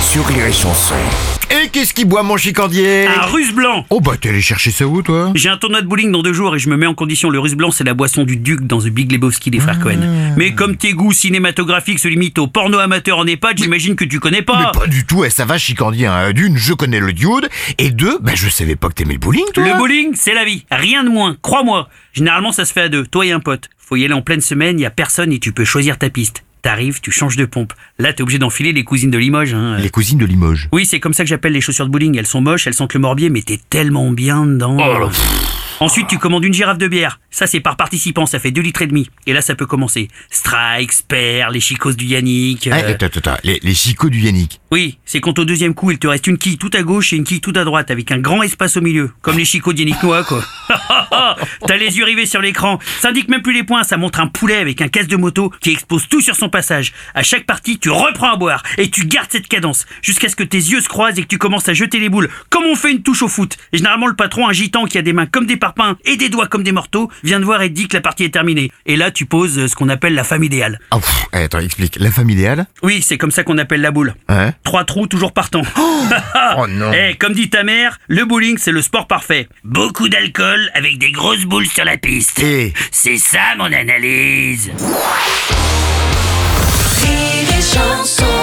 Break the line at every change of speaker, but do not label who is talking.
sur Rire et Chanson.
Et qu'est-ce qui boit mon chicandier
Un russe blanc
Oh bah t'es allé chercher ça où toi
J'ai un tournoi de bowling dans deux jours et je me mets en condition. Le russe blanc, c'est la boisson du duc dans The Big Lebowski des
Mmh.
frères Cohen. Mais comme tes goûts cinématographiques se limitent au porno amateur en EHPAD, j'imagine que tu connais pas.
Mais pas du tout, eh, ça va chicandier. hein. D'une, je connais le diode, et deux, bah je savais pas que t'aimais le bowling toi
Le bowling, c'est la vie. Rien de moins, crois-moi. Généralement, ça se fait à deux, toi et un pote. Faut y aller en pleine semaine, y a personne et tu peux choisir ta piste. T'arrives, tu changes de pompe. Là, t'es obligé d'enfiler les cousines de Limoges. Hein.
Les cousines de Limoges.
Oui, c'est comme ça que j'appelle les chaussures de bowling. Elles sont moches, elles sentent le morbier, mais t'es tellement bien dedans. Ensuite, tu commandes une girafe de bière. Ça, c'est par participant, ça fait 2 litres et demi. Et là, ça peut commencer. Strike, Spare, les chicos du Yannick. euh,
Ah, attends, attends, attends, les, les chicots du Yannick.
Oui, c'est quand au deuxième coup, il te reste une quille tout à gauche et une quille tout à droite, avec un grand espace au milieu. Comme les chicots du Yannick Noah, quoi. T'as les yeux rivés sur l'écran. Ça indique même plus les points, ça montre un poulet avec un casse de moto qui expose tout sur son passage. À chaque partie, tu reprends à boire et tu gardes cette cadence jusqu'à ce que tes yeux se croisent et que tu commences à jeter les boules, comme on fait une touche au foot. Et généralement, le patron, un gitan qui a des mains comme des parpaings et des doigts comme des morteaux, vient te voir et te dit que la partie est terminée. Et là, tu poses euh, ce qu'on appelle la femme idéale.
Ah, pff, eh, attends, explique. La femme idéale
Oui, c'est comme ça qu'on appelle la boule.
Hein
Trois trous toujours partant.
Oh non.
Eh, comme dit ta mère, le bowling c'est le sport parfait. Beaucoup d'alcool avec des grosses boules sur la piste.
Eh.
C'est ça mon analyse.
Rire et chanson